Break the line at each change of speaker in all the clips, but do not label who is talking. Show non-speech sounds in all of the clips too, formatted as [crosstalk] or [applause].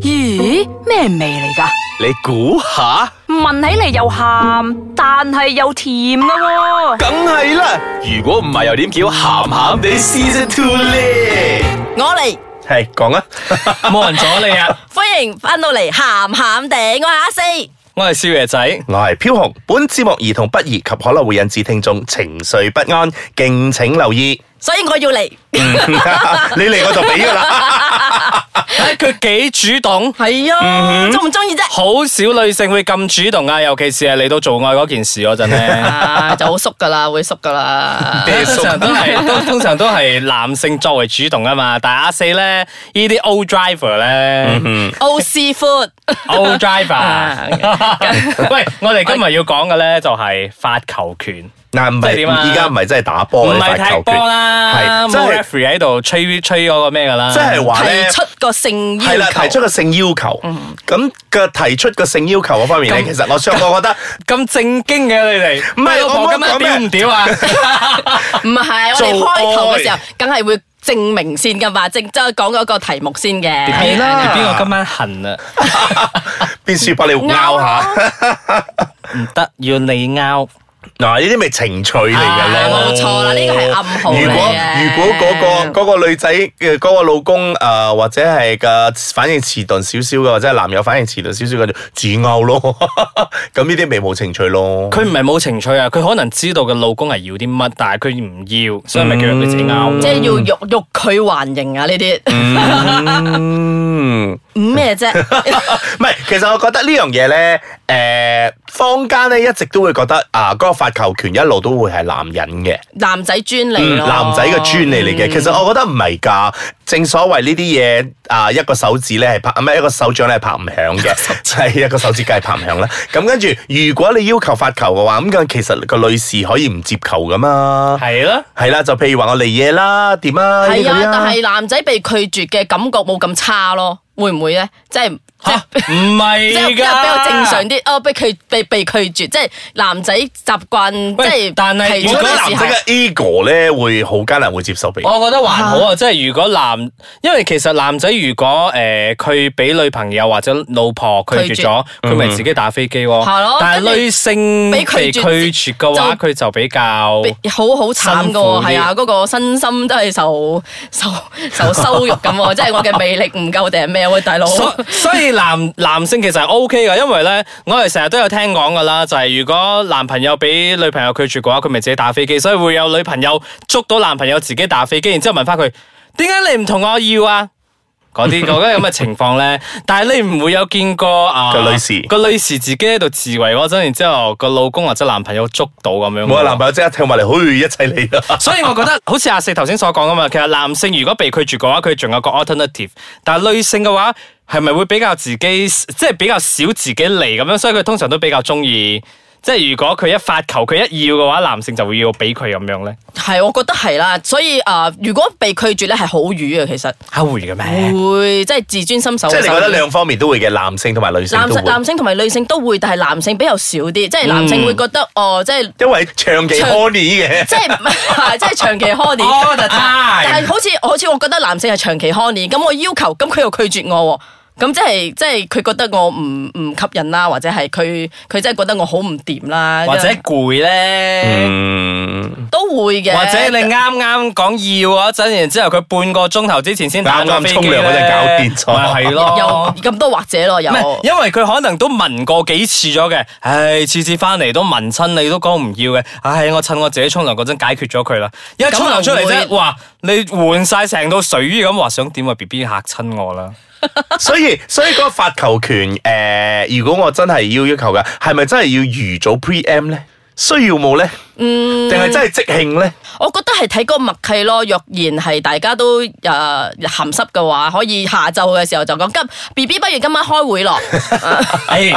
咦，咩味嚟噶？
你估下，
聞起嚟又鹹，但係又甜噶喎、
梗係啦。如果唔係又點叫鹹鹹地 Season Two 咧？
我嚟，
係講啊， [laughs]
冇人阻你 [laughs] 啊！
歡迎翻到嚟咸咸哋，我係阿四。
我係少爺仔，
我係飄紅。本節目兒童不宜及可能會引致聽眾情緒不安，敬請留意。 [laughs]
所以我要嚟，
你嚟我就俾噶
[laughs]
啦。
哎佢幾主動，
係啊，中唔中意啫？
好少女性會咁主動啊！尤其是係嚟到做愛嗰件事嗰陣咧，
[laughs] 啊，就好縮噶啦，會縮噶
[laughs]
啦。
[laughs] 通常都係都通常都係男性作為主動啊嘛。但係阿四咧，呢啲 old driver 咧
O C food，
，old [laughs]
啊
driver，喂，我哋今日要講嘅咧就係發球權。
嗱，唔
即係
係
點啊
而家唔係真係打波，
唔
你
係
發
踢
球
波
權
啦，
係即
冇
係
referee 喺度吹吹嗰個咩噶啦，
即係話咧
提。出個性
係啦，
要
提
求
出。個性要求，咁嘅提出個性要求嗰方面咧，
咁
其實我想
[laughs]
我覺得
咁正經嘅你哋，
唔係
喂老
我
婆
冇
今日
講
屌
咩
唔屌 [laughs] 啊？
唔係，我哋
做
開頭嘅時候
愛，
梗係會證明先噶嘛，正即係講嗰個題目先嘅。
係
啦
邊個今晚痕啊？ [laughs]
邊書把你拗下，
唔得，要你拗。
[laughs] 嗱呢啲咪情趣嚟嘅
啊
咯，
冇錯啦呢個係暗號嚟嘅
如果如果嗰個嗰個女仔嘅嗰個老公誒或者係嘅反應遲鈍少少嘅，或者係男友反應遲鈍少少嘅，就自拗咯， [laughs] 咁呢啲咪冇情趣咯。
佢唔係冇情趣啊，佢可能知道個老公係要啲乜，但係佢唔要，所以咪叫佢自己拗。
即係要欲欲拒還形啊！呢啲
嗯。
唔咩
[laughs]
啫？[laughs]
唔係，其實我覺得呢樣嘢咧，誒、坊間咧一直都會覺得啊，嗰、個發球權一路都會係男人嘅，
男仔專利
嗯，
咯，
男仔嘅專利嚟
嗯
嘅。其實我覺得唔係㗎，正所謂呢啲嘢啊，一個手指咧係拍，唔係一個手掌咧係拍唔響
[laughs]
嘅，係一個手指梗係拍唔響啦。咁跟住，如果你要求發球嘅話，咁咁其實個女士可以唔接球㗎嘛。
係啦，
係啦，就譬如話我嚟嘢啦，點啊？呢
係
個
啊，但係男仔被拒絕嘅感覺冇咁差咯，會唔會咧？即係即
吓
係
唔
[laughs] 即係
係㗎，
比較正常啲。哦，被拒被被拒絕，即係男仔習慣
喂
即係
但係
提
我
出
覺
如
得
果
嘅
男
時
仔
候。
嘅 ego 咧會好艱難會接受俾。
哦
我覺得還好啊，即係如果男，因為其實男仔如果誒佢俾女朋友或者老婆拒絕咗，佢咪自己打飛機喎。
係咯
但係女性
跟
被
住
拒絕嘅話，
就
佢就比較
好好慘噶
辛苦啲
喎，係啊，嗰個身心都係受 [laughs] 受受羞辱咁喎，即 [laughs] 係我嘅魅力唔夠定係咩啊喂，大佬？
所所以男男性其實係 O K 噶，因為咧我哋成日都有聽講噶啦，就係、如果男朋友俾女朋友拒絕嘅話，佢咪自己打飛機，所以會有女朋友捉到男朋友自己打飛機，然之後問翻佢點解你唔同我要啊？嗰啲嗰啲咁嘅情況咧， [laughs] 但係你唔會有見過啊
個女士
個女士自己喺度自慰嗰陣，然之後個老公或者男朋友捉到咁樣。
啊我男朋友即刻聽埋嚟，去一齊嚟啦！
所以我覺得好似阿四頭先所講咁嘛，其實男性如果被拒絕嘅話，佢仲有個 alternative，但係女性嘅話係咪會比較自己，即係比較少自己嚟咁樣，所以佢通常都比較中意。即係如果佢一發球，佢一要嘅話，男性就會要俾佢咁樣咧。
係，我覺得係啦，所以啊、呃如果被拒絕咧係好瘀啊，其實
嚇會嘅咩？
會即係自尊心受
即係你覺
受
得
辱
兩方面都會嘅，男性同埋女性
男
都會
性，男性同埋女性都會，但係男性比較少啲，即係
嗯
男性會覺得哦，即係
因為長期 horny 嘅，
即係 [laughs] 即係長期 horny。
All the time
但係好似好似我覺得男性係長期 horny，咁我要求，咁佢又拒絕我喎，咁即係即係佢覺得我唔唔吸引啦，或者係佢佢真係覺得我好唔掂啦，
或者攰咧，
嗯，
都會嘅。
或者你啱啱講要嗰陣，然之後佢半個鐘頭之前先打個
啱啱
飛機
沖涼嗰陣搞掂咗
咪係
有
咯。
咁多或者咯，有
哦唔係，因為佢可能都問過幾次咗嘅，唉，次次翻嚟都問親你都講唔要嘅，唉，我趁我自己沖涼嗰陣解決咗佢啦。一沖涼出
咁
嚟
又
啫，
會
哇！你換晒成套水衣咁，話想點啊？B B 嚇親我啦，
所以所以嗰個發球權，誒、如果我真係要要求嘅，係咪真係要預早 pre m 咧？需要冇咧？嗯，定係真係即興咧？
我覺得係睇個默契咯。若然係大家都誒、呃、鹹濕嘅話，可以下晝嘅時候就講今 B B 不如今晚開會
[laughs]
咯。 [laughs]
唉，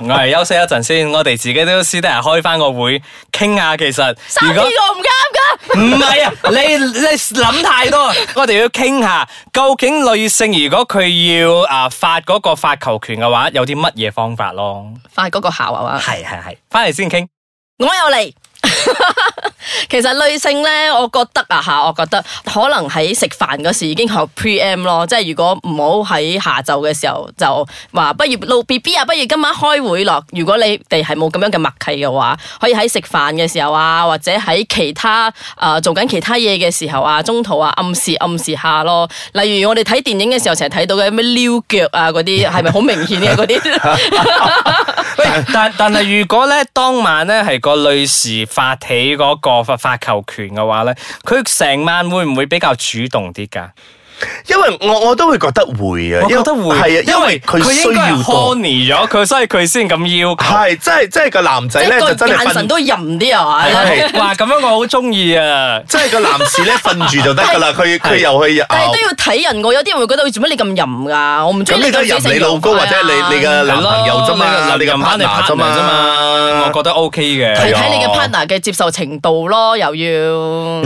我哋休息一陣先，我哋自己都私底下開翻個會傾下。其實
生
如
意
果
我唔啱㗎。
唔係啊，你你諗太多，我哋要傾下究竟女性如果佢要啊發嗰個發球權嘅話，有啲乜嘢方法咯？
快嗰個校啊嘛，
係係係，翻嚟先傾。
我又嚟，其實女性咧，我覺得啊吓，我覺得可能喺食飯嗰時已經學 pre m 咯，即係如果唔好喺下晝嘅時候就話不如露 B B 啊，不如今晚開會咯。如果你哋係冇咁樣嘅默契嘅話，可以喺食飯嘅時候啊，或者喺其他啊、呃做緊其他嘢嘅時候啊，中途啊暗示暗示下咯。例如我哋睇電影嘅時候成日睇到嘅咩撩腳啊嗰啲，係咪好明顯嘅嗰啲？
喂，但但係如果咧當晚咧係個女士發起嗰個發發球權嘅話咧，佢成晚會唔會比較主動啲㗎？
因為我我都會覺得會啊，
我覺得會
係啊，因為佢
佢
需
應該係
要多。
honey 咗佢，所以佢先咁要求。啊
係，即係即係個男仔
即
咧就
係個
真係
眼神
瞓，
都淫啲啊！
係哦
哇，咁樣我好中意啊！
即係個男士咧瞓住就得㗎啦。佢佢又去啊
但係
咬
都要睇人喎，有啲人會覺得做乜你咁淫啊噶？我唔中意
咁你都係
咁
入你老
啊
公或者你你嘅男朋友啫嘛，你嘅
咁
partner 啫嘛，呃
我覺得 OK
係
嘅。
睇你嘅
啊
partner 嘅接受程度咯，又
[laughs]
要。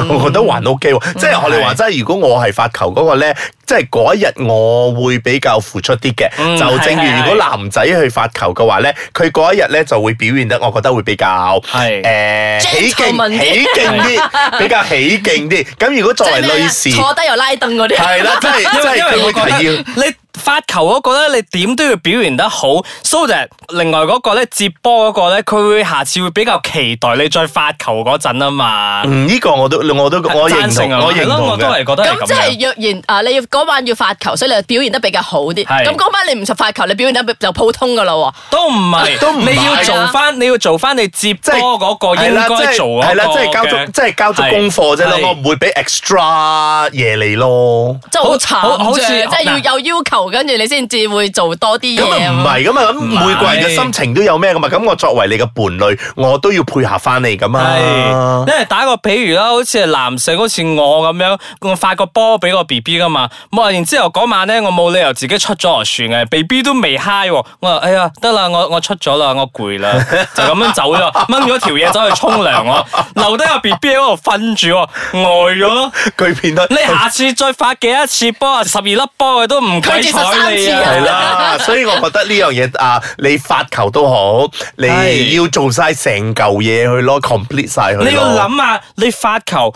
我覺得還 OK
嗯
喎，即係我哋話齋，如果我係發球嗰個咧，即係嗰一日我會比較付出啲嘅。
嗯
就正
係係
如
係
如果男仔去發球嘅話咧，佢嗰一日咧就會表現得我覺得會比較
係
誒起勁
Gentleman 啲
起勁
[laughs]
啲，比較起勁啲。咁如果作為女士，
即係咩啊坐低又拉凳嗰啲，
係啦，即係
[laughs] 因
即
為
係
因為
佢
我
會
覺
提要。
得你發球嗰個咧，你點都要表現得好，so that 另外嗰個咧接波嗰個咧，佢會下次會比較期待你再發球嗰陣啊嘛。
嗯，呢個我都我
[laughs]
都我認
贊成
同，
啊
我
係
認
咯我
同
都係
嘅。
覺得係
咁
咁
即
樣。
係若然啊，你要嗰晚要發球，所以你表現得比較好啲。
係
咁嗰晚你唔實發球，你表現得就普通噶啦喎。
都唔係，
都唔係
你要做
啊
翻，你要做翻你接
即
波
係
嗰個
係
應
啦即
該
係
做嗰個
係啦，即係交
嘅
足，即係交足功課啫咯。
係
我唔會俾 extra 嘢你咯。
即係好
好好
慘
好
啫，
似
即係要有要求，跟住你先至會做多啲嘢。
咁啊唔係噶嘛，咁
係
每個人嘅心情都有咩噶嘛，咁我作為你嘅伴侶，我都要配合翻你噶嘛。
係，因為打個譬如啦，好似係男性，好似我咁樣，我發個波俾個 B B 噶嘛，冇然之後嗰晚咧，我冇理由自己出咗就算嘅，B B 都未嗨喎，我話哎呀得啦，我我出咗啦，我攰啦， [laughs] 就咁樣走咗，掹咗條嘢走去沖涼喎，留低個 B B 喺度瞓住喎，呆咗咯。
佢變得
你下次再發幾多次波啊？十二粒波佢都唔鬼睬
佢哋
你
十三次啊
啊！
係
[laughs]
啦，所以我覺得呢樣嘢啊，你發球都好，你
係
要做晒成嚿嘢去咯，complete 晒佢咯。
你要諗下，你發球，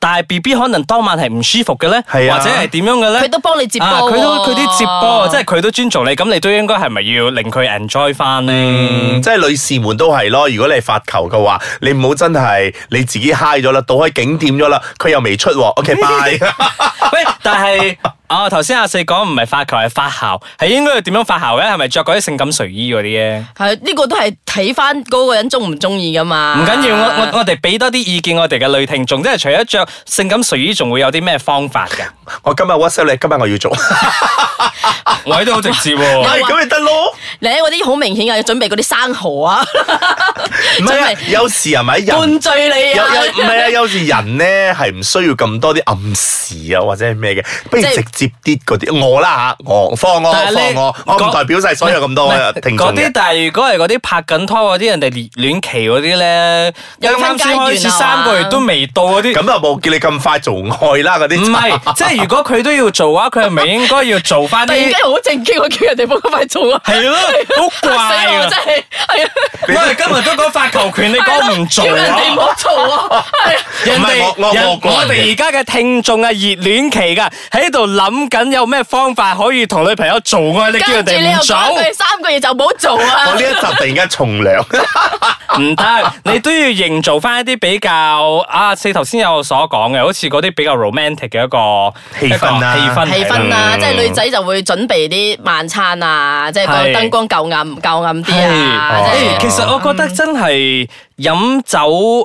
但係 B B 可能當晚係唔舒服嘅咧，
係啊
或者係點樣嘅咧？
佢都幫你接波
啊佢都
喎
佢啲接波，即係佢都尊重你，咁你都應該係咪要令佢 enjoy 翻咧？
嗯即係女士們都係咯，如果你係發球嘅話，你唔好真係你自己嗨咗啦，到開景點咗啦，佢又未出喎，OK
[laughs]
bye。 [laughs]
喂，但係 [laughs] 啊，頭先阿四講唔係發球係發姣，係應該要點樣發姣咧？係咪着嗰啲性感睡衣嗰啲咧？
係呢個都係睇翻嗰個人中唔中意噶嘛。
唔緊要，我我我哋俾多啲意見我哋嘅女聽眾，即係除咗着性感睡衣，仲會有啲咩方法
[laughs]
㗎？
我今日 WhatsApp 你，今日我要做，
我喺度好直接喎
[laughs] 係咁咪得咯。
你睇嗰啲好明顯嘅，要準備嗰啲生蠔
[laughs]
啊，
唔
準
係啊
備，
有時係咪人
灌醉
[laughs]
你
有
[laughs]
啊！
有唔係啊？有時人咧係唔需要咁多啲暗示啊，或者係咩嘅，不如
即係
直接啲嗰啲。我啦嚇，我放我
但係
哦放
你
我，我唔
嗰
代表晒所有咁多嘅聽眾
嗰啲
嘅，。
但係如果係嗰啲拍緊拖嗰啲人哋戀期嗰啲
[laughs]
咧，
有
啱
分
啱
階
先開始
段啊
三個月都未到嗰啲，
咁又冇叫你咁快做愛啦嗰啲。
唔係， [laughs] 即係如果佢都要做嘅話，佢係咪應該要做翻
突然
啲
[laughs] 間？好正經，我叫人哋幫佢快做啊！ [laughs]
係咯，好
死
怪
我
啊
真！係係啊！
我哋今日都講發球權，你講唔做
叫人 [laughs] 哋唔
啊？
好做啊！係啊
人
唔係
哋
我我
人
我個人
我哋而家嘅聽眾啊，熱戀期噶，喺度諗緊有咩方法可以同女朋友做愛，你叫人
跟住你
哋
又
唔
講
做
佢。三個月就唔好
[laughs]
做
我呢
啊！
一集突然間從良， [laughs]
唔得，你都要營造翻一啲比較啊，四頭先有所講嘅，好似嗰啲比較 romantic 嘅一個
氣氛啊
一個氣氛
氣氛啊，
嗯
即係女仔就會準備啲晚餐啊，即係個
係
燈光夠暗唔夠暗啲
係
啊，
哦
即
誒
係
其實我覺得真係飲酒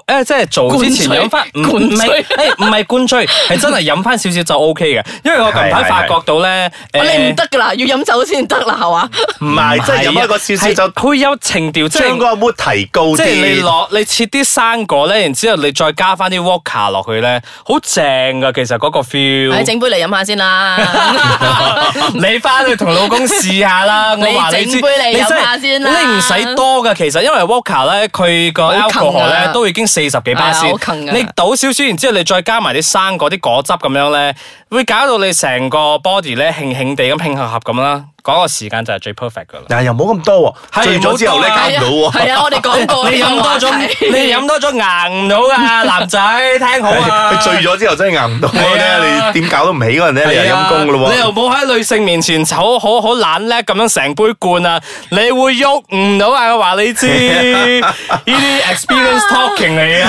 誒，即係做之前
灌醉
飲翻，唔
灌
唔係
醉
誒唔係灌醉，係真係飲翻少少就 O K 嘅，因為我近排
係係
發覺到咧
我哋哦唔
誒。
得噶啦，要飲酒先得啦，係嘛？
唔係即係飲一個少少就
會有情調，即
將
係
嗰個 mood 提高
即係
啲。
你落你切啲生果咧，然之後你再加翻啲 vodka 落去咧，好正噶，其實嗰個 feel。
唉，整杯嚟飲下先啦。 [laughs]
你翻去同老公試下啦，我話你知，
你整杯嚟
你真係
飲下先啦
你唔使多噶，其實因為 Vodka 咧，佢個
好勁
alcohol
啊
咧都已經四十幾巴仙
係啊好勁，啊
你倒少少，然之後你再加埋啲生果、啲果汁咁樣咧，會搞到你成個 body 咧興興地咁、興合合咁啦。嗰個時間就係最 perfect 噶啦。
但係又冇咁多喎，
係
醉咗之後咧
冇
搞唔到
係
咁 [laughs]
喎。
啊，我哋講過
你
呢
飲
個
多
話題
咗，你飲多咗硬唔到噶，男仔聽好啊。
[laughs] 佢醉咗之後真係硬唔到
係
咧，
啊
你點搞都唔起嗰陣咧，你
係
又
啊
哎陰公噶咯
你
喎。
又冇喺女性面前好好好懶叻咁樣成杯灌啊，你會喐唔到啊！我話你
[laughs]
知，呢啲 experience talking 嚟
[laughs]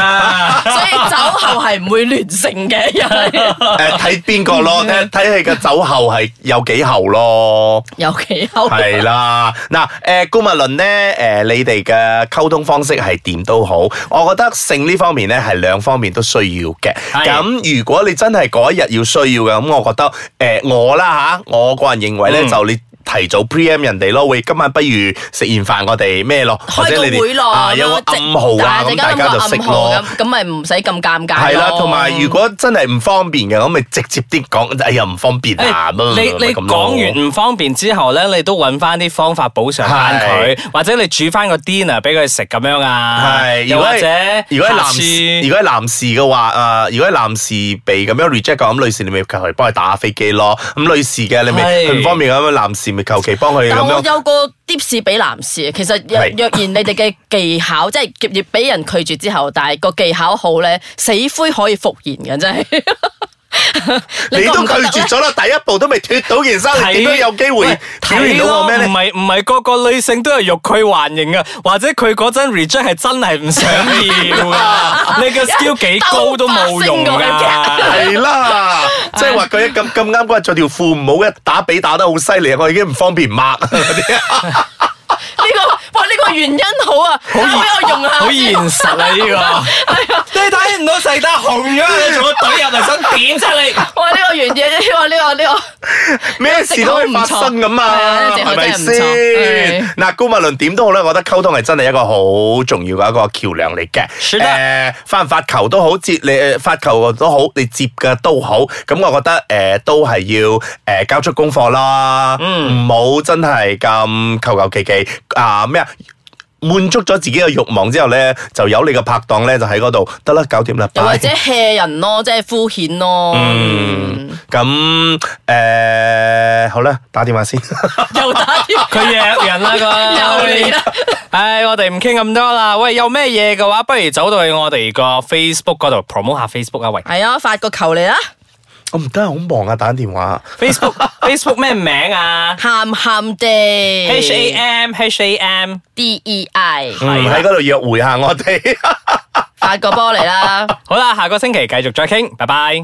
[laughs]
啊！
所以酒後係唔會亂性嘅，又
[laughs]
係
誒睇邊個咯？睇
嗯
睇佢嘅酒後係有幾後咯。
尤其後
係啦，嗱，誒，顧物論咧，誒、你哋嘅溝通方式係點都好，我覺得性呢方面咧係兩方面都需要嘅。
係
咁如果你真係嗰一日要需要嘅，咁我覺得，誒、我啦吓，我個人認為咧、
嗯
就你。提早 pre-em 人哋咯，喂，今晚不如食完飯我哋咩咯，或
開
者
個
你
會
哋
咯，
啊
咁樣
有個
直
暗號啊，咁
係
大家就識
有個暗號
咯。
咁咁咪唔使咁尷尬咯。
係啦，同埋如果真係唔方便嘅，咁咪直接啲講，哎呀唔方便啊，
誒你你
咁咯
講完唔方便之後咧，你都揾翻啲方法補償翻佢，或者你煮翻個 dinner 俾佢食咁樣啊，
係，如
又
果
或者
係如果係
下
男
次
士，如果係男士嘅話，啊，如果係男士被咁樣 reject 嘅話，咁女士你咪求其幫佢打下飛機咯。咁女士嘅你咪
係
佢唔方便咁樣，男士咪求其幫佢咁
但我
樣。
有個 tips 俾男士，其實若
係
若然你哋嘅技巧，即係業俾人拒絕之後，但係個技巧好咧，死灰可以復燃嘅，真係。
你
覺
都
唔覺得
拒絕
咧
咗啦，第一步都未脱到件衫，你點都有機會
喂
表現到我咩
睇咯唔
咧？
係唔係個個女性都係欲拒還迎啊，或者佢嗰陣 reject 係真係唔想要噶，你個 skill 幾高都冇用
兜巴星過
噶。
係
[laughs]
啦，即係話佢一咁咁啱嗰日着條褲唔好一打比打得好犀利，我已經唔方便抹嗰啲。
呢個哇呢個原因好啊，好有用啊，
好現實啊！呢
[laughs]
個，你睇唔到世得紅咗，你仲要懟入嚟想點啫你？
哇呢個原因，呢個呢個呢個。
咩事都可以發生咁嘛，
一直
係
好真
咪
係唔錯
先？嗱，姑勿論點都好咧，我覺得溝通係真係一個好重要嘅一個橋梁嚟嘅。
是的
誒發唔發球都好，接你誒發球都好，你接嘅都好。咁我覺得誒、都係要誒、交出功課啦，唔
嗯
好、真係咁求求其其啊咩啊！滿足咗自己嘅慾望之後咧，就有你嘅拍檔咧，就喺嗰度得啦，搞掂啦，
又或者
bye
hea 人咯，即係敷衍咯。
嗯，咁誒、好啦，打電話先。
又打電話
佢約人啦
又
佢
嚟啦。
唉，我哋唔傾咁多啦。喂，有咩嘢嘅話，不如走到去我哋個 Facebook 嗰度 promote 下 Facebook 啊。喂
係啊，發個球嚟啦，
我唔得，好忙啊！打電話，
，Facebook Facebook 咩名啊
喊喊地
？H A M H A M。
D E I，
嗯喺嗰度約會下我哋。
發個波嚟啦。
好啦，下個星期繼續再傾，拜拜。